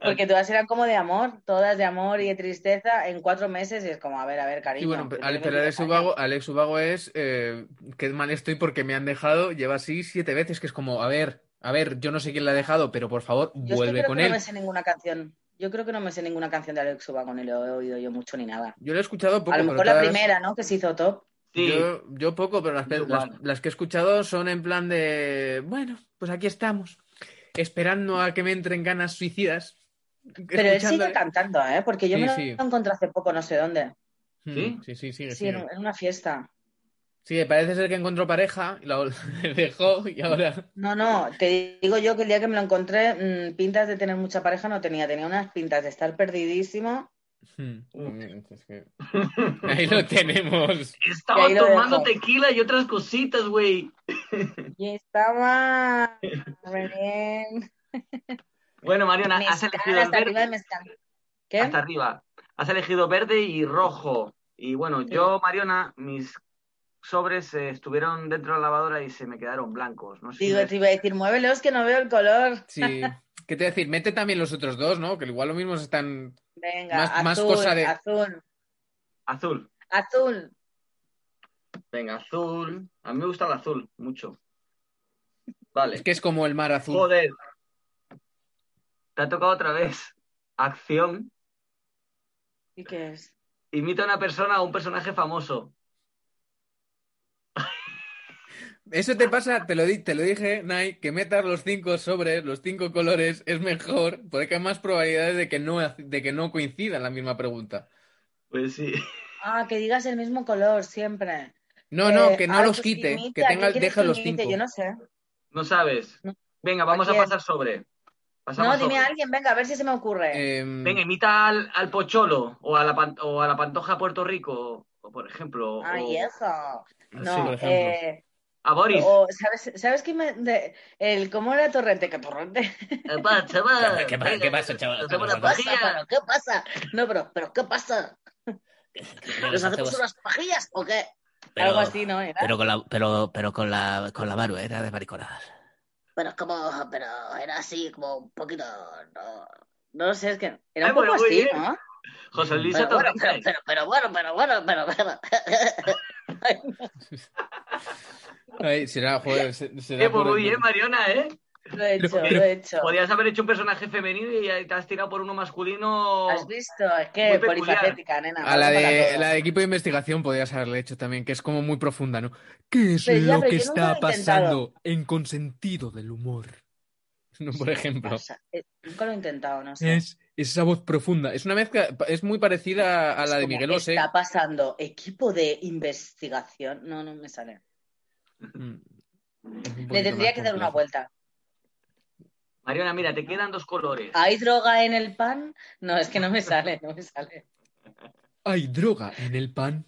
E: Porque todas eran como de amor, todas de amor y de tristeza en cuatro meses. Y es como, a ver, a ver, cariño.
D: Y bueno,
E: que
D: al,
E: tienes
D: pero
E: 22
D: Alex Ubago, Alex Ubago es eh, qué mal estoy porque me han dejado, lleva así siete veces, que es como, a ver, a ver, yo no sé quién la ha dejado, pero por favor,
E: Yo es que
D: vuelve
E: creo
D: con
E: que
D: él.
E: no me sé ninguna canción. Yo creo que no me sé ninguna canción de Alex Ubago, ni lo he oído yo mucho ni nada.
D: Yo lo he escuchado poco,
E: a lo
D: pero
E: mejor la
D: todas-
E: primera, ¿no? Que se hizo top.
C: Sí,
D: Yo, yo poco, pero las,
C: Yo
D: pe- las-
C: igual.
D: las que he escuchado son en plan de, bueno, pues aquí estamos, esperando a que me entren ganas suicidas.
E: Pero él sigue
D: escuchándole.
E: cantando, ¿eh? Porque yo
D: Sí,
E: me lo
D: sí.
E: encontré hace poco, no sé dónde.
D: Hmm,
C: ¿Sí?
D: Sí, sí, sigue,
E: Sí,
D: sigue.
E: en, en una fiesta.
D: Sí, parece ser que encontró pareja, y la (laughs) la dejó y ahora... (laughs)
E: No, no, te digo yo que el día que me lo encontré, mm, pintas de tener mucha pareja no tenía. Tenía unas pintas de estar perdidísimo.
D: Hmm.
C: Uf.
D: Es que- Ahí lo tenemos.
C: estaba
E: ahí lo
C: tomando
E: dejo.
C: tequila y otras cositas, güey.
E: Y estaba re bien.
C: Bueno, Mariana, has
E: Mezcal,
C: elegido el
E: hasta arriba ¿eh? de
C: verde.
E: mezcal. ¿Qué?
C: Hasta arriba. Has elegido verde y rojo. Y bueno, yo, Mariona, mis sobres eh, estuvieron dentro de la lavadora y se me quedaron blancos. No sé si
E: Digo,
C: ves-
E: te iba a decir, muévelos que no veo el color.
D: Sí. ¿Qué te voy a decir? Mete también los otros dos, ¿no? Que igual lo mismo están.
E: Venga,
D: Más- más
E: azul,
D: cosa de-
E: azul,
C: azul.
E: azul.
C: Venga, azul. A mí me gusta el azul, mucho. Vale.
D: Es que es como el mar azul.
C: Joder. Te ha tocado otra vez. Acción.
E: ¿Y qué es?
C: Imita a una persona o un personaje famoso.
D: Eso te pasa, te lo, di- te lo dije, Nai, que metas los cinco sobres, los cinco colores, es mejor, porque hay más probabilidades de que no, de que no coincidan la misma pregunta.
C: Pues sí.
E: Ah, que digas el mismo color siempre.
D: No, no,
E: Eh,
D: que no
E: ay,
D: los
E: pues
D: quite,
E: imita,
D: que
E: ¿qué
D: tenga,
E: quieres
D: deja
E: que
D: los
E: imite?
D: cinco.
E: Yo no sé.
C: No sabes.
E: No.
C: Venga, vamos
E: ¿A
C: a
E: quién?
C: pasar sobre.
E: No,
C: Pasamos
E: dime
C: sobre.
E: a alguien, venga, a ver si se me ocurre.
D: Em,
C: Venga, imita al, al Pocholo o a, la pan- o a la Pantoja Puerto Rico, o, por ejemplo.
E: Ay,
C: o-
E: eso.
D: sí, por
E: No,
D: ejemplo.
E: eh,
C: A Boris.
E: O, ¿sabes, ¿Sabes qué me- de- el, cómo era Torrente? ¿Qué Torrente?
C: Eh, pa, chaval.
F: (laughs) ¿Qué pasa, qué pasa, chaval?
C: Nos hacemos
F: Nos
C: la
F: vamos.
E: pasa,
C: pajilla.
E: pero ¿Qué pasa? No, pero, pero ¿qué pasa? ¿Nos hacemos unas pajillas o qué?
F: pero,
E: Algo así, ¿no? Era,
F: pero con la, pero, pero con la, con la Maru, era de mariconadas.
E: pero como, pero era así, como un poquito, no, no sé, es que era
C: Ay,
F: Ah,
E: un poco
C: bueno, muy
E: así,
C: bien.
E: ¿no?
C: José Luis
E: Pero bueno,
C: Otorrente.
E: pero, pero, pero bueno, pero bueno, pero bueno.
D: (laughs) Ay, será, joder, se- será
C: Eh, pues
D: por
C: muy
D: el-
C: bien, Mariona, ¿eh?
E: Lo he hecho,
D: Pero-
E: lo he hecho.
C: Podías haber hecho un personaje femenino y ahí te has tirado por uno masculino.
E: ¿Has visto? Es
C: Muy
E: que
C: peculiar.
E: polifacética, nena.
D: A la
E: vamos para
D: de,
E: todo.
D: la de equipo de investigación podrías haberle hecho también, que es como muy profunda, ¿no? ¿Qué es
E: Pero ya,
D: lo
E: pero
D: que
E: yo
D: está
E: nunca lo he intentado.
D: pasando en consentido del humor? (laughs) ¿No? Por ejemplo,
E: Pasa. Eh, Nunca lo he intentado, no
F: Eh,
E: sé.
D: es, es esa voz profunda. Es una mezcla, es muy parecida a
E: Es
D: la de
E: como,
D: Miguel Bosé.
E: Está pasando equipo de investigación. No, no me sale.
D: Mm. Es un
E: Le
D: poquito
E: tendría
D: más
E: que dar una
D: complejo.
E: vuelta.
C: Mariona, mira, te quedan dos colores.
E: ¿Hay droga en el pan? No, es que no me sale, no
D: (laughs)
E: me sale.
D: Hay droga en el pan.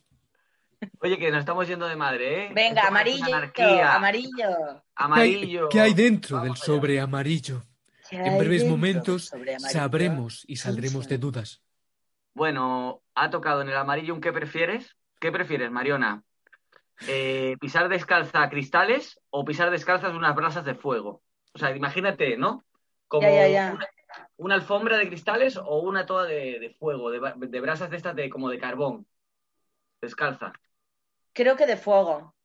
C: Oye, que nos estamos yendo de madre, ¿eh? Esto
E: Venga,
C: parece
E: amarillo,
C: una anarquía.
E: amarillo.
D: ¿Qué hay-
C: amarillo.
D: ¿Qué hay dentro del
C: Vamos allá.
D: sobre amarillo?
E: ¿Qué
D: En
E: hay
D: breves
E: dentro
D: momentos
E: sobre amarillo?
D: Sabremos y saldremos
E: sí.
D: de dudas.
C: Bueno, ha tocado en el amarillo un ¿qué prefieres? ¿Qué prefieres, Mariona? Eh, ¿pisar descalza cristales o pisar descalzas unas brasas de fuego? O sea, imagínate, ¿no? Como
E: Ya, ya, ya.
C: Una, una alfombra de cristales o una toda de, de fuego, de, ba- de brasas de estas de como de carbón. Descalza.
E: Creo que de fuego.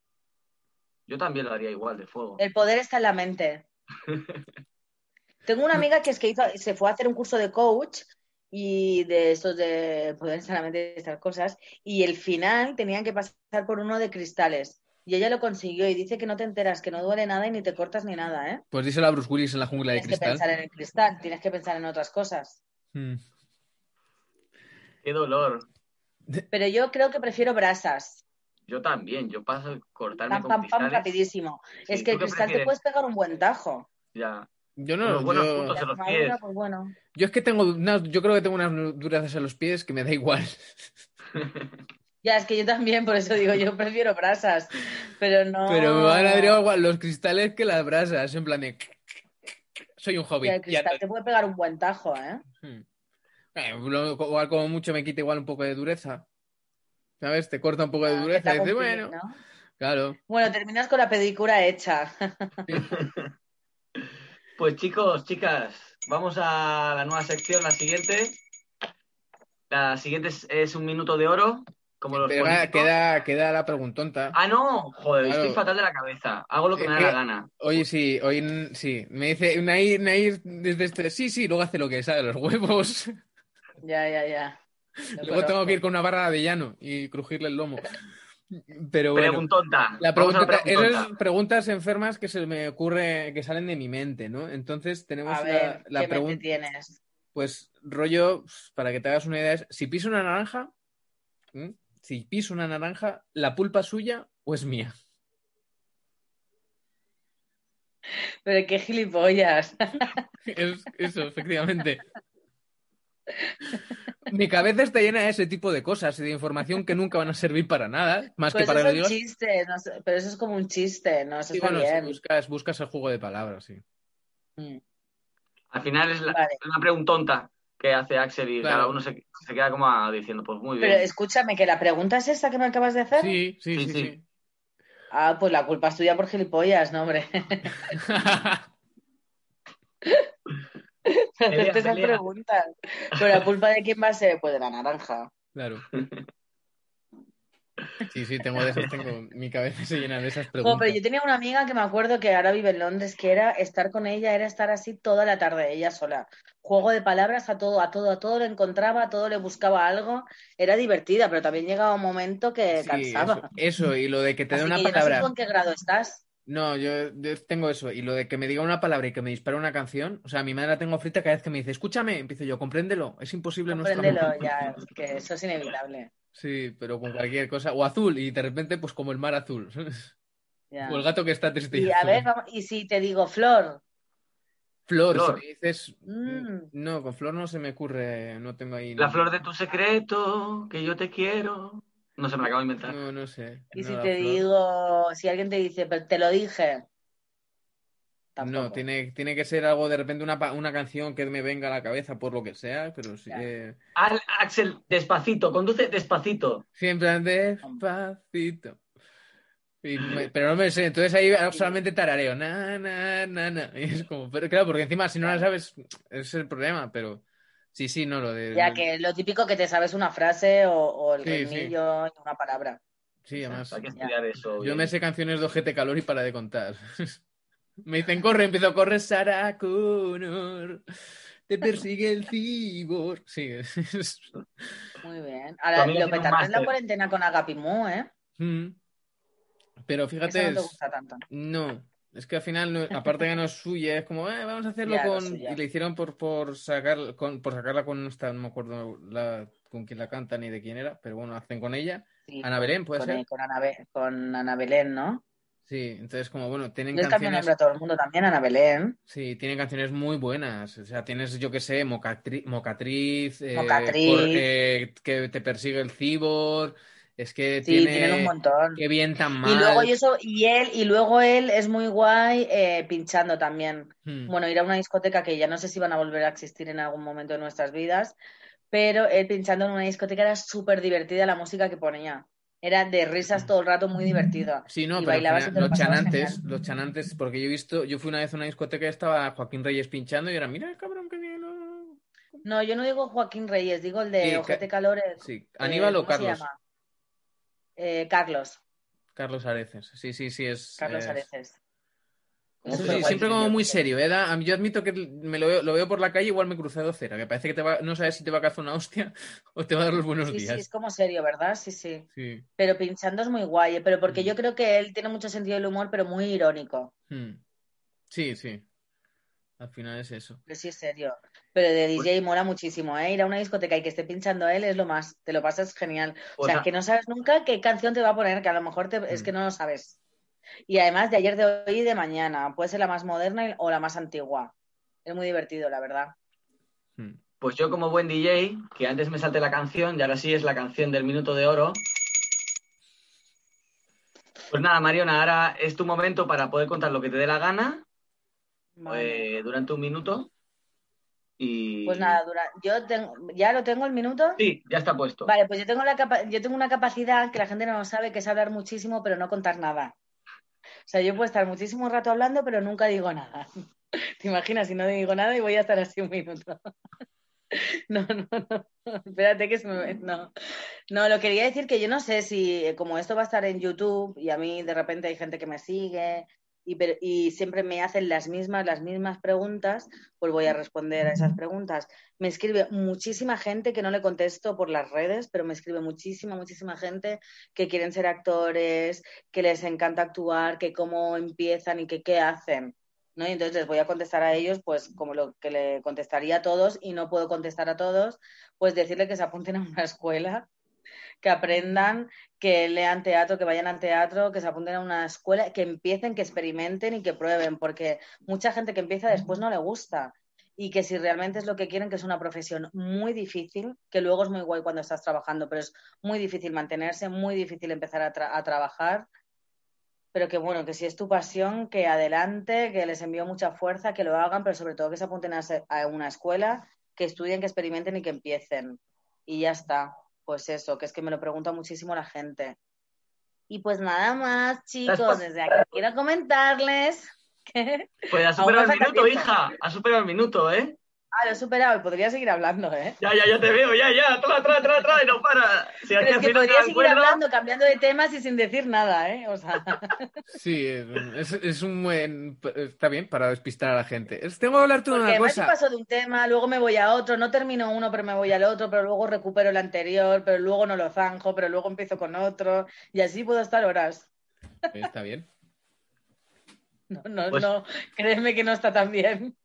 C: Yo también lo haría igual, de fuego.
E: El poder está en la mente. Tengo una amiga que es que hizo, se fue a hacer un curso de coach y de estos de poder estar en la mente y estas cosas, y el final tenían que pasar por uno de cristales. Y ella lo consiguió y dice que no te enteras, que no duele nada y ni te cortas ni nada, ¿eh?
D: Pues díselo a Bruce Willis en la jungla de
E: Tienes que
D: cristal.
E: pensar en el cristal, tienes que pensar en otras cosas.
D: Mm.
C: Qué dolor.
E: Pero yo creo que prefiero brasas.
C: Yo también, yo paso a cortarme
E: Pam,
C: con
E: pam, pam,
C: cristales.
E: rapidísimo.
C: Sí,
E: es
C: ¿tú
E: que el
C: qué
E: cristal te
C: prefieres?
E: puedes pegar un buen tajo.
C: Ya.
D: Yo
C: Pero
D: no,
C: buenos
D: yo-
C: puntos.
E: La
C: en los
E: quemadura,
C: pies.
E: pues bueno.
D: Yo es que tengo, unas- yo creo que tengo unas duras a los pies que me da
E: (laughs)
D: igual.
E: Ya, es que yo también, por eso digo, yo prefiero brasas, pero no.
D: Pero me van a dar igual los cristales que las brasas, en plan de... Soy un
E: Y el
D: hobbit. ya
E: cristal te puede pegar un buen tajo, ¿eh?
D: está. Mm. Eh, lo- igual como mucho me quita igual un poco de dureza. ¿Sabes? Te corta un poco de
E: Ah, que te
D: dureza
E: haga
D: y
E: un
D: dices,
E: peeling,
D: bueno,
E: ¿no? (laughs)
D: claro.
E: Bueno, terminas con la pedicura hecha. (laughs)
C: Pues chicos, chicas, vamos a la nueva sección, la siguiente. La siguiente es, es un minuto de oro, como los
D: Pero va,
C: políticos.
D: queda, queda la preguntonta.
C: Ah, no, joder,
D: Claro.
C: estoy fatal de la cabeza. Hago lo que
D: Es
C: me da
D: que-
C: la gana.
D: Hoy sí, hoy n- sí. Me dice Nair, Nair desde este... Sí, sí, luego hace lo que sabe, los huevos.
E: Ya, ya, ya. Lo
D: (laughs) Luego tengo
E: conozco.
D: que ir con una barra de avellano y crujirle el lomo. Pero bueno.
C: Preguntonta.
D: La
C: Vamos a
D: pregunta,
C: preguntonta.
D: esas preguntas enfermas que se me ocurre, que salen de mi mente, ¿no? Entonces tenemos la-
E: A ver,
D: la,
E: ¿qué mente
D: pregunta,
E: tienes?
D: pues rollo, para que te hagas una idea, es, si piso una naranja, ¿m? si piso una naranja, ¿la pulpa es suya o es mía? (laughs)
E: Pero qué gilipollas.
D: Es- eso, efectivamente. Mi cabeza está llena de ese tipo de cosas y de información que nunca van a servir para nada, más
E: (laughs) Pues
D: que para
E: eso
D: que
E: es
D: lo digas.
E: un chiste, no sé, pero eso es como un chiste, ¿no? Eso
D: Sí, pues,
E: está
D: bueno, si
E: bien.
D: buscas, buscas el juego de palabras, sí.
E: Mm.
C: Al final es la,
E: Vale.
C: una preguntonta que hace Axel y
D: Claro.
C: cada uno se, se queda como a- diciendo, pues muy bien.
E: Pero escúchame, que la pregunta es esta que me acabas de hacer.
D: mm. Sí, sí,
C: Sí,
D: sí,
C: sí.
D: sí. (laughs)
E: Ah, pues la culpa es tuya por gilipollas, no, hombre. (laughs)
C: Pelea,
E: Hacerte esas
C: pelea.
E: preguntas. Pero la culpa de quién va a ser, pues de la naranja.
D: Claro. Sí, sí, tengo de esas, tengo. Mi cabeza se llena de esas
E: Jo, pero
D: preguntas.
E: yo tenía una amiga que me acuerdo que ahora vive en Londres, que era estar con ella, era estar así toda la tarde, ella sola. Juego de palabras a todo, a todo, a todo lo encontraba, a todo le buscaba algo. Era divertida, pero también llegaba un momento que
D: Sí,
E: cansaba.
D: eso, eso, y lo de que te dé
E: Así
D: una
E: que yo no sé
D: palabra.
E: tú en qué grado estás.
D: No, yo, yo tengo eso, y lo de que me diga una palabra y que me dispara una canción. O sea, a mi madre la tengo frita cada vez que me dice, escúchame, empiezo yo, compréndelo, es imposible no escapar.
E: Compréndelo ya, es que eso es inevitable.
D: (laughs) Sí, pero con cualquier cosa. O azul, y de repente, pues como el mar azul. ¿sabes?
E: ya.
D: O el gato que está triste. y
E: Y a
D: azul.
E: ver, vamos- y si te digo flor,
D: Flor,
C: Flor.
D: si me dices.
E: Mm.
D: No, con flor no se me ocurre, no tengo
C: La
D: ahí. ningún-
C: flor de tu secreto, que yo te quiero. No se me la acabo de inventar.
D: No, no sé.
E: Y
D: No,
E: si
D: la
E: te
D: flor.
E: digo, si alguien te dice, pero te lo dije.
D: No,
E: Tampoco.
D: tiene, tiene que ser algo de repente una, pa- una canción que me venga a la cabeza por lo que sea, pero sí
E: Claro.
D: que...
C: Al- Axel, despacito, conduce despacito.
D: Siempre despacito. Y me- pero no me sé, entonces ahí solamente tarareo. Na, na, na, na. (laughs) Y es como, pero claro, porque encima si no la sabes, es el problema, pero sí, sí, no lo de.
E: Ya que lo típico que te sabes una frase o, o el
D: Sí, sí.
E: remillo en una palabra.
D: Sí, además.
C: Hay que estudiar eso.
D: Yo
C: bien.
D: me sé canciones de Ojete Calor y para de contar. (laughs) Me dicen, corre, empiezo a correr, Sarah Connor. Te persigue el cibor. Sí, (laughs) es- es-
E: Muy bien. Ahora,
C: También tiene
E: lo
C: un
E: petaron en la
C: máster.
E: cuarentena con Agapimú, ¿eh?
D: Mm. Pero
E: Esa
D: fíjate,
E: no te
D: es-
E: gusta tanto.
D: No, es que al final, no- aparte que no es suya, es como, "Eh, vamos a hacerlo
E: Ya, no
D: con.
E: es suya.
D: Y le hicieron por, por, sacar, con, por sacarla con esta, no me acuerdo la, con quién la canta ni de quién era, pero bueno, hacen con ella.
E: Sí,
D: Ana Belén, puede
E: con,
D: ser.
E: con Ana, Be- con Ana Belén, ¿no?
D: Sí, entonces, como bueno, tienen
E: Yo es cambio de
D: canciones.
E: nombre a todo el mundo también, Ana Belén.
D: Sí, tienen canciones muy buenas. O sea, tienes, yo qué sé, Mocatri- Mocatriz, eh,
E: Mocatriz.
D: Cor- eh, que te persigue el cibor. Es que
E: Sí,
D: tiene.
E: tienen un montón.
D: Qué bien tan
E: Y luego
D: mal.
E: y eso, y él, y luego él es muy guay eh, pinchando también.
D: Hmm.
E: Bueno, ir a una discoteca que ya no sé si van a volver a existir en algún momento de nuestras vidas, pero él pinchando en una discoteca era súper divertida la música que ponía. Era de risas todo el rato, muy divertida.
D: Sí, no,
E: Y
D: pero al
E: bailabas
D: final,
E: y te lo
D: los
E: pasabas
D: chanantes,
E: genial.
D: los chanantes, porque yo he visto, yo fui una vez a una discoteca y estaba Joaquín Reyes pinchando y era, mira el cabrón que bien. oh".
E: No, yo no digo Joaquín Reyes, digo el
D: Sí,
E: de
D: ca-
E: Ojete Calor. eh,
D: Sí, Aníbal o
E: ¿cómo se
D: Carlos,
E: llama? Eh, Carlos,
D: Carlos Areces. Sí, sí, sí, es.
E: Carlos
D: es-
E: Areces.
D: Eso
E: Es
D: sí,
E: guay,
D: siempre
E: sí,
D: como
E: yo-
D: muy serio, ¿eh? Da- a mí- Yo admito que me lo veo, lo veo por la calle, igual me he cruzado cera, que parece que te va, no sabes si te va a cazar una hostia (laughs) o te va a dar los buenos
E: Sí, sí,
D: días.
E: es como serio, ¿verdad? Sí, sí.
D: Sí.
E: Pero pinchando es muy guay, ¿eh? pero porque yo creo que él tiene mucho sentido del humor, pero muy irónico.
D: Hmm. Sí, sí. Al final es eso.
E: Pero sí es serio. Pero de DJ mola muchísimo, ¿eh? Ir a una discoteca y que esté pinchando él es lo más. Te lo pasas genial. O
C: Pues
E: sea,
C: na-
E: que no sabes nunca qué canción te va a poner, que a lo mejor te- es que no lo sabes. Y además de ayer, de hoy y de mañana. Puede ser la más moderna y- o la más antigua. Es muy divertido, la verdad.
D: Hmm.
C: Pues yo como buen DJ, que antes me salté la canción y ahora sí es la canción del minuto de oro. Pues nada, Mariona, ahora es tu momento para poder contar lo que te dé la gana
E: Madre
C: eh, durante un minuto. Y...
E: Pues nada, dura- yo tengo, ya lo tengo el minuto.
C: Sí, ya está puesto.
E: Vale, pues yo tengo la capa- yo tengo una capacidad que la gente no lo sabe, que es hablar muchísimo, pero no contar nada. O sea, yo puedo estar muchísimo rato hablando, pero nunca digo nada. (laughs) ¿Te imaginas? Si no digo nada y voy a estar así un minuto. (laughs) No, no, no. Espérate que se me... ve- No. No, lo quería decir que yo no sé si, eh, como esto va a estar en YouTube y a mí de repente hay gente que me sigue y, pero- y siempre me hacen las mismas, las mismas preguntas, pues voy a responder a esas preguntas. Me escribe muchísima gente que no le contesto por las redes, pero me escribe muchísima, muchísima gente que quieren ser actores, que les encanta actuar, que cómo empiezan y que qué hacen. ¿no? Y entonces les voy a contestar a ellos, pues como lo que le contestaría a todos y no puedo contestar a todos, pues decirle que se apunten a una escuela que aprendan, que lean teatro, que vayan al teatro, que se apunten a una escuela, que empiecen, que experimenten y que prueben, porque mucha gente que empieza después no le gusta. Y que si realmente es lo que quieren, que es una profesión muy difícil, que luego es muy guay cuando estás trabajando, pero es muy difícil mantenerse, muy difícil empezar a, tra- a trabajar. Pero que bueno, que si es tu pasión, que adelante, que les envío mucha fuerza, que lo hagan, pero sobre todo que se apunten a se- a una escuela, que estudien, que experimenten y que empiecen. Y ya está. Pues eso, que es que me lo pregunta muchísimo la gente. Y pues nada más, chicos, desde aquí quiero comentarles que...
C: Pues ha
E: Aún
C: superado el
E: me falta
C: minuto,
E: tiempo.
C: hija. Ha superado el minuto, ¿eh?
E: Ah, lo he superado y podría seguir hablando, ¿eh?
C: Ya, ya, ya te veo, ya, ya. Tra, tra, tra, tra, y no para. Si
E: Pero
C: aquí
E: es
C: al
E: que
C: final te
E: podría
C: dan
E: seguir
C: cuerda,
E: hablando, cambiando de temas y sin decir nada, ¿eh?
D: (laughs)
E: O sea,
D: Sí, es, es un buen. Está bien para despistar a la gente. Es- Tengo que hablarte de
E: porque
D: una
E: además yo
D: cosa.
E: paso de un tema, luego me voy a otro, no termino uno, pero me voy al otro, pero luego recupero el anterior, pero luego no lo zanjo, pero luego empiezo con otro, y así puedo estar horas.
D: Está bien.
E: No, no,
C: Pues-
E: no, créeme que no está tan bien.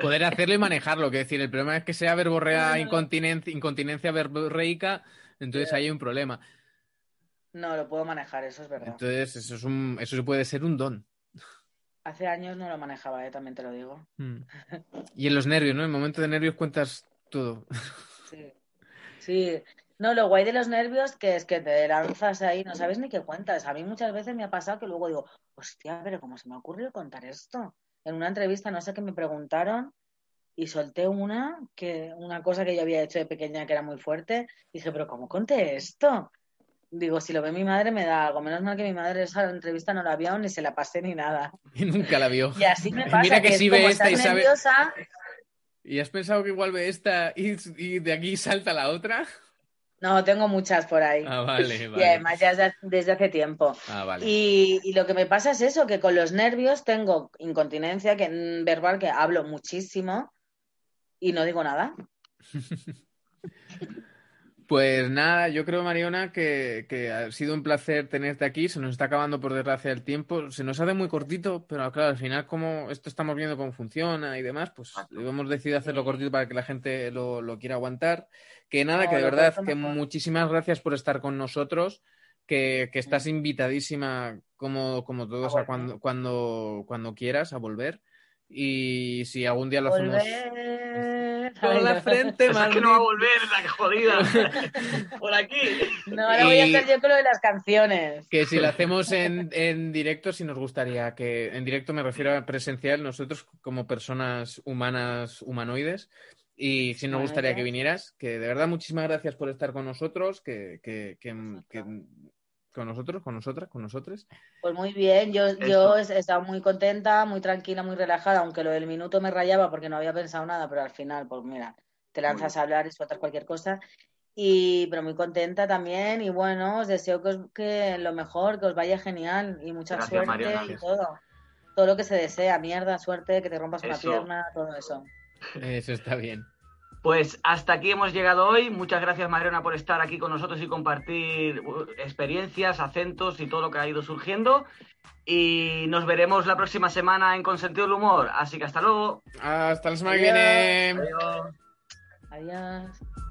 D: Poder hacerlo y manejarlo, que decir, el problema es que sea verborrea,
E: No, no, no.
D: incontinencia, incontinencia verborreica, entonces ahí hay un problema.
E: No, lo puedo manejar, eso es verdad.
D: Entonces, eso es un, eso puede ser un don.
E: Hace años no lo manejaba, ¿eh? También te lo digo.
D: Mm. Y en los nervios, ¿no? En el momento de nervios cuentas todo.
E: Sí. Sí, No, lo guay de los nervios que es que te lanzas ahí, no sabes ni qué cuentas. A mí muchas veces me ha pasado que luego digo, hostia, pero ¿cómo se me ha ocurrido contar esto? En una entrevista, no sé qué me preguntaron y solté una, que, una cosa que yo había hecho de pequeña que era muy fuerte. Dije, pero ¿cómo conté esto? Digo, si lo ve mi madre me da algo. Menos mal que mi madre esa entrevista no la vio ni se la pasé ni nada.
D: (laughs) Y nunca la vio.
E: Y así me pasa.
D: (laughs) Mira que
E: es
D: sí ve
E: como
D: esta y
E: estás
D: sabe-
E: nerviosa,
D: ¿Y has pensado que igual ve esta y, y de aquí salta la otra?
E: No, tengo muchas por ahí.
D: Ah, vale,
E: Y
D: vale.
E: además ya es de- desde hace tiempo.
D: Ah, vale.
E: Y, y lo que me pasa es eso, que con los nervios tengo incontinencia que, mm, verbal, que hablo muchísimo y no digo nada.
D: Pues nada, yo creo, Mariona, que, que ha sido un placer tenerte aquí. Se nos está acabando, por desgracia, el tiempo. Se nos hace muy cortito, pero claro, al final, como esto estamos viendo cómo funciona y demás, pues hemos decidido hacerlo cortito para que la gente lo, lo quiera aguantar. Que nada,
E: No,
D: que de
E: lo
D: verdad,
E: corto
D: que
E: mejor.
D: muchísimas gracias por estar con nosotros, que, que estás invitadísima, como, como todos, a
E: volver.
D: cuando, cuando, cuando quieras, a volver. Y si algún día lo hacemos
E: Volver.
D: con
C: (laughs)
D: la frente,
C: Pensad que no va a volver la
E: (laughs)
C: jodida. Por aquí.
E: No, ahora voy a
D: Y-
E: hacer yo con lo de las canciones.
D: Que si la hacemos en, en directo, si nos gustaría que en directo me refiero a presencial, nosotros como personas humanas, humanoides, y si nos gustaría que vinieras, que de verdad muchísimas gracias por estar con nosotros, que, que, que- que- con nosotros, con nosotras, con nosotres.
E: Pues muy bien, yo, yo he estado muy contenta, muy tranquila, muy relajada, aunque lo del minuto me rayaba porque no había pensado nada, pero al final, pues mira, te lanzas a hablar y sueltas cualquier cosa. Y, pero muy contenta también y bueno, os deseo que, os- que lo mejor, que os vaya genial y mucha
C: Gracias,
E: suerte
C: Mariona.
E: y todo. Todo lo que se desea, mierda, suerte, que te rompas una
C: Eso.
E: pierna, todo eso.
D: Eso está bien.
C: Pues hasta aquí hemos llegado hoy. Muchas gracias, Mariona, por estar aquí con nosotros y compartir uh, experiencias, acentos y todo lo que ha ido surgiendo. Y nos veremos la próxima semana en Consentido del Humor. Así que hasta luego.
D: Hasta la semana que viene.
C: Adiós.
E: Adiós.